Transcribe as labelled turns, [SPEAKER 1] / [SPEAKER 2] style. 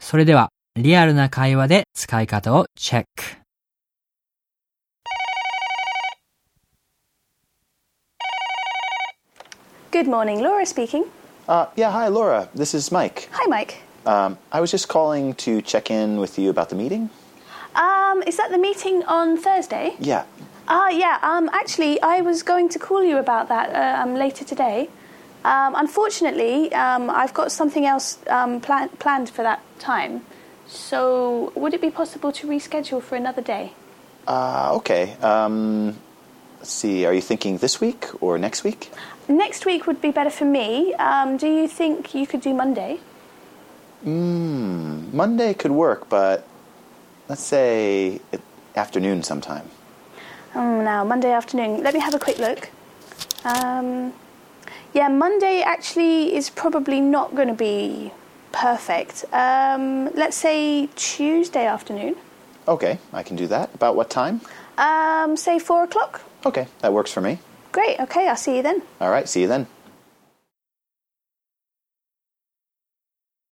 [SPEAKER 1] それでは、リアルな会話で使い方をチェック。
[SPEAKER 2] Good morning, Laura speaking.
[SPEAKER 3] Uh, yeah, hi, Laura. This is Mike.
[SPEAKER 2] Hi, Mike.
[SPEAKER 3] Um, I was just calling to check in with you about the meeting.
[SPEAKER 2] Um, is that the meeting on Thursday?
[SPEAKER 3] Yeah.
[SPEAKER 2] Ah, yeah. Um, actually, I was going to call you about that uh, um, later today. Um, unfortunately, um, I've got something else um, plan- planned for that time. So, would it be possible to reschedule for another day?
[SPEAKER 3] Uh, okay. Um, let's see. Are you thinking this week or next week?
[SPEAKER 2] Next week would be better for me. Um, do you think you could do Monday?
[SPEAKER 3] Monday could work, but let's say it, afternoon sometime.
[SPEAKER 2] Um, now, Monday afternoon. Let me have a quick look. Um, yeah, Monday actually is probably not going to be perfect. Um, let's say Tuesday afternoon.
[SPEAKER 3] Okay, I can do that. About what time?
[SPEAKER 2] Um, say four o'clock.
[SPEAKER 3] Okay, that works for me.
[SPEAKER 2] Great, okay, I'll see you then.
[SPEAKER 3] All right, see you then.